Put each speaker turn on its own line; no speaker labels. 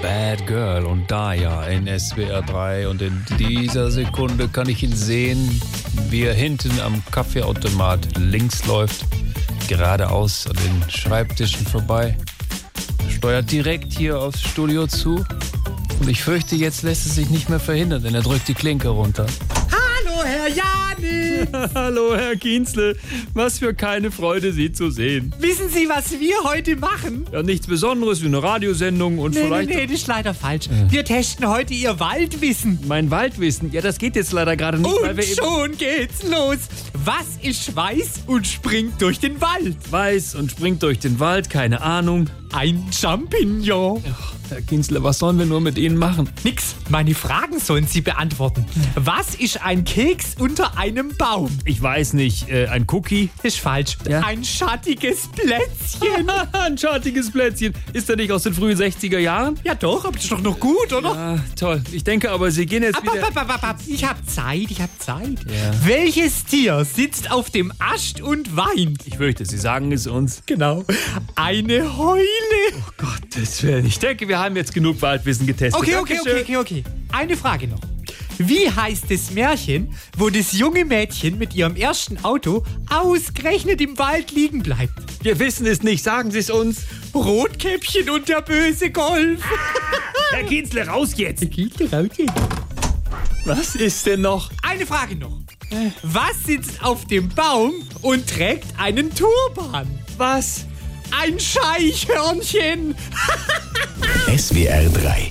Bad Girl und Daya in SWR 3 und in dieser Sekunde kann ich ihn sehen, wie er hinten am Kaffeeautomat links läuft, geradeaus an den Schreibtischen vorbei, steuert direkt hier aufs Studio zu und ich fürchte, jetzt lässt es sich nicht mehr verhindern, denn er drückt die Klinke runter.
Hallo, Herr Janitz!
Hallo, Herr Kienzle. Was für keine Freude, Sie zu sehen.
Wissen Sie, was wir heute machen?
Ja, nichts Besonderes, wie eine Radiosendung und
Nee, nee,
vielleicht
nee, das ist leider falsch.
Äh.
Wir testen heute Ihr Waldwissen.
mein Waldwissen. Ja, das geht jetzt leider gerade nicht, weil
Und
wir eben
schon geht's los. Was ist weiß und springt durch den Wald?
weiß und springt durch den Wald, keine Ahnung.
Ein Champignon.
Herr Kienzle, was sollen wir nur mit Ihnen machen?
Nix. Meine Fragen sollen Sie beantworten. Was ist ein Keks unter einem Baum?
Ich weiß nicht, äh, ein Cookie?
Ist falsch.
Ja.
Ein schattiges Plätzchen.
Ein schattiges Plätzchen. Ist er nicht aus den frühen 60er Jahren?
Ja doch, aber das ist doch noch gut, oder?
Ah, toll. Ich denke aber, Sie gehen jetzt
Ab, ab,
wieder...
ab, ab, ab, ab. Ich hab Zeit, ich hab Zeit.
Ja.
Welches Tier sitzt auf dem Ast und weint?
Ich fürchte, Sie sagen es uns.
Genau. Eine Heule.
Gottes Willen. Ich denke, wir haben jetzt genug Waldwissen getestet.
Okay, okay,
Dankeschön.
okay, okay, okay. Eine Frage noch. Wie heißt das Märchen, wo das junge Mädchen mit ihrem ersten Auto ausgerechnet im Wald liegen bleibt?
Wir wissen es nicht. Sagen Sie es uns.
Hm. Rotkäppchen und der böse Golf.
Herr Kienzle, raus jetzt.
Eine
Was ist denn noch?
Frage noch. Was sitzt auf dem Baum und trägt einen Turban?
Was?
Ein Scheichhörnchen.
SWR 3